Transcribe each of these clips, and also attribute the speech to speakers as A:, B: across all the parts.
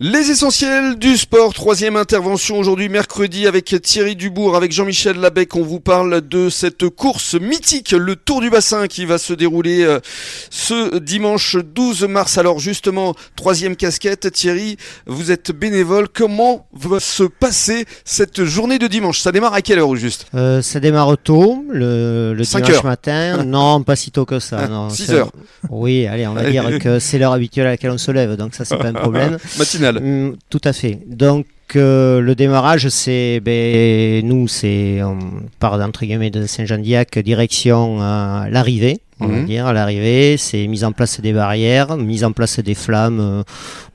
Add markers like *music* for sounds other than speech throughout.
A: Les essentiels du sport, troisième intervention aujourd'hui mercredi avec Thierry Dubourg, avec Jean-Michel Labec. On vous parle de cette course mythique, le Tour du Bassin qui va se dérouler euh, ce dimanche 12 mars. Alors justement, troisième casquette, Thierry, vous êtes bénévole. Comment va se passer cette journée de dimanche Ça démarre à quelle heure au juste
B: Euh, ça démarre tôt, le, le
A: Cinq
B: dimanche
A: heures.
B: matin. *laughs* Non, pas si tôt que ça. non.
A: Six
B: C'est-
A: heures.
B: Oui, allez, on
A: *laughs*
B: va dire que c'est l'heure habituelle à laquelle on se lève, donc ça, c'est pas un
A: Euh,
B: problème.
A: Matinale.
B: Mm, tout à fait. Donc, euh, le démarrage, c'est. Ben, nous, c'est. On part d'entre guillemets de Saint-Jean-Diac, direction euh, l'arrivée. On va
A: Mhm.
B: dire, l'arrivée, c'est mise en place des barrières, mise en place des flammes, euh,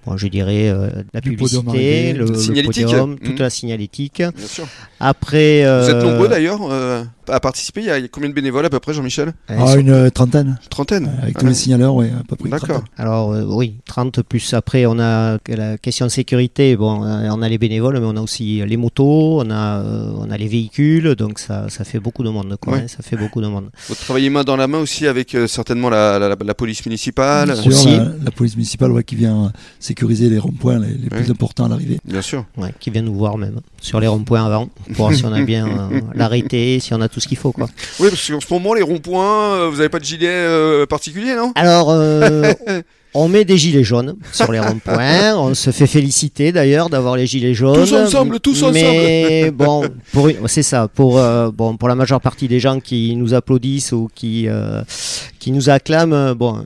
B: bon, je dirais euh, la
C: Du podium
B: publicité,
C: arrivé.
B: le, le
A: Signalétique.
B: podium,
A: Mhm.
B: toute la signalétique.
A: Bien sûr.
B: Après,
A: Vous êtes
B: euh,
A: nombreux d'ailleurs euh, à participer. Il y a- il y a combien de bénévoles à peu près, Jean-Michel
B: elles
C: Ah, une euh, trentaine,
A: Trentaine.
C: avec tous
A: ah, Ouais.
C: les signaleurs, ouais, à peu près. une
A: D'accord.
C: trentaine.
B: Alors euh, oui, 30 plus après on a la question de sécurité, bon euh, on a les bénévoles mais on a aussi euh, les motos, on a euh, on a les véhicules donc ça, ça fait beaucoup de monde quoi,
A: Ouais.
B: hein, ça fait beaucoup de monde.
A: Vous travaillez main dans la main aussi avec euh, certainement la, la- la- la police municipale.
C: Sur
B: Aussi.
C: La, la police municipale ouais, qui vient euh, sécuriser les ronds-points les, les
A: Ouais.
C: plus importants à l'arrivée.
A: Bien sûr.
B: Ouais, qui viennent nous voir même sur les ronds-points avant pour voir si on a bien euh, l'arrêté, si on a tout ce qu'il faut quoi.
A: Oui, parce qu'en ce moment, les ronds-points, euh, vous n'avez pas de gilet euh, particulier, non *laughs*
B: Alors euh, on met des gilets jaunes sur les ronds-points, on se fait féliciter d'ailleurs d'avoir les gilets jaunes.
A: Tous ensemble, tous ensemble.
B: Mais bon, pour une- c'est ça, pour euh, bon pour la majeure partie des gens qui nous applaudissent ou qui euh, qui nous acclament, euh, bon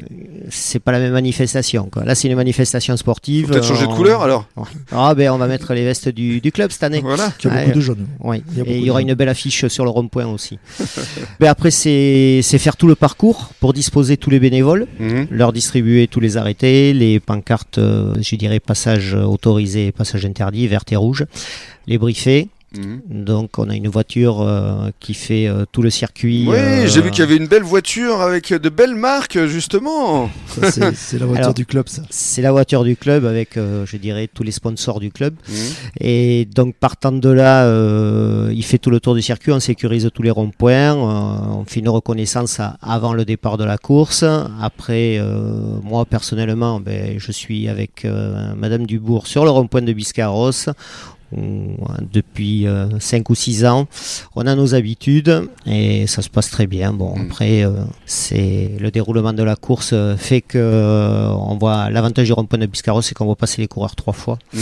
B: c'est pas la même manifestation quoi. Là c'est une manifestation sportive.
A: Faut Peut-être changer de
B: Euh,
A: couleur alors.
B: on- Ah ben on va mettre les vestes du, du club cette année.
A: Voilà.
C: Tu as
B: Ouais.
C: beaucoup de jeunes.
B: Oui,
C: Il y
B: et il
C: a beaucoup
B: y
C: de
B: aura
C: gens.
B: une belle affiche sur le
A: *laughs*
B: rond-point aussi. Mais après, c'est c'est faire tout le parcours pour disposer tous les bénévoles
A: Mhm.
B: leur distribuer tous les arrêtés, les pancartes, euh, je dirais passage euh, autorisé, et passage interdit, vert et rouge, les briefer.
A: Mhm.
B: Donc on a une voiture euh, qui fait euh, tout le circuit.
A: Oui,
B: euh,
A: j'ai vu qu'il y avait une belle voiture avec de belles marques, justement. *laughs*
C: Ça, c'est- C'est la voiture
B: Alors.
C: du club, ça.
B: C'est la voiture du club avec, euh, je dirais, tous les sponsors du club.
A: Mhm.
B: Et donc partant de là, euh, il fait tout le tour du circuit, on sécurise tous les ronds-points, euh, on fait une reconnaissance à- avant le départ de la course. Après, euh, moi personnellement, ben, je suis avec euh, Madame Dubourg sur le rond-point de Biscarros. On- Depuis 5 ou 6 ans, on a nos habitudes et ça se passe très bien. Bon,
A: Mm.
B: après, euh, c'est le déroulement de la course euh, fait que euh, on voit l'avantage du rond-point de Biscarros, c'est qu'on voit passer les coureurs trois fois
A: Mhm.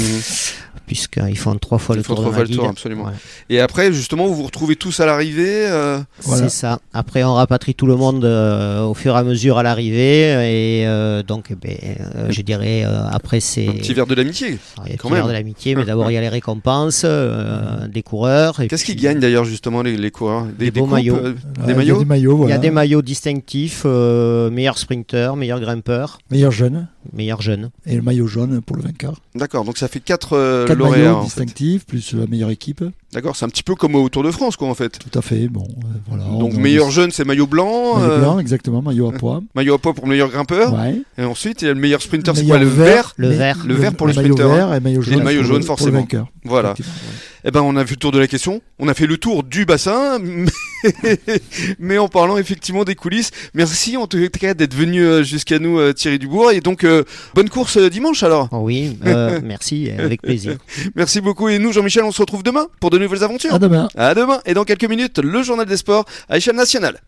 B: puisqu'ils font trois fois
A: Ils
B: le
A: font
B: tour
A: trois
B: de
A: fois le
B: Madrid.
A: tour, absolument.
B: Voilà.
A: Et après, justement, vous vous retrouvez tous à l'arrivée. euh,
C: Voilà.
B: C'est ça. Après, on rapatrie tout le monde euh, au fur et à mesure à l'arrivée. Et euh, donc, eh ben, euh, je dirais, euh, après, c'est.
A: un petit verre de l'amitié.
B: Alors, il y a le
A: quand
B: petit verre
A: même.
B: de
A: *laughs*
B: l'amitié, mais d'abord, il y a les récompenses euh, des coureurs. et
A: Qu'est-ce
B: puis,
A: qu'ils gagnent d'ailleurs, justement, les, les coureurs Des,
B: Des beaux
A: coupes,
B: maillots.
A: euh,
C: Euh, il y
A: Des
C: a
A: maillots
C: Des maillots,
B: Il y
C: voilà.
B: a des maillots distinctifs euh, meilleur sprinter, meilleur grimpeur,
C: Meilleur jeune
B: meilleur jeune.
C: et le maillot jaune pour le vainqueur.
A: D'accord, donc ça fait 4
C: Quatre
A: lauréats.
C: maillots
A: Euh, en fait.
C: distinctifs, plus la meilleure équipe.
A: D'accord, c'est un petit peu comme au Tour de France, quoi, en fait.
C: Tout à fait, bon, euh, voilà.
A: Donc
C: On a
A: meilleur
C: des-
A: jeune, c'est maillot blanc.
C: Maillot
A: euh,
C: blanc, exactement, maillot
A: *laughs*
C: à poids.
A: Maillot à poids pour le meilleur grimpeur.
C: Ouais.
A: Et ensuite, il y a le meilleur sprinter, c'est
C: Maillot
A: quoi Le vert.
B: Le
C: mais-
B: vert.
A: Le vert pour les
C: maillot
A: sprinteurs,
C: vert et maillot jaune.
A: le maillot
C: pour
A: jaune,
C: pour
A: forcément.
C: le vainqueur.
A: Voilà.
C: Effectivement.
A: Eh ben, on a vu le tour de la question. On a fait le tour du bassin. *laughs* Mais, mais en parlant effectivement des coulisses. Merci en tout cas d'être venu euh, jusqu'à nous, euh, Thierry Dubourg. Et donc, euh, bonne course euh, dimanche alors.
B: Oh oui, euh,
A: *laughs*
B: merci, euh, avec plaisir.
A: Merci beaucoup. Et nous, Jean-Michel, on se retrouve demain pour de nouvelles aventures.
C: À demain.
A: À demain. Et dans quelques minutes, le journal des sports à échelle nationale.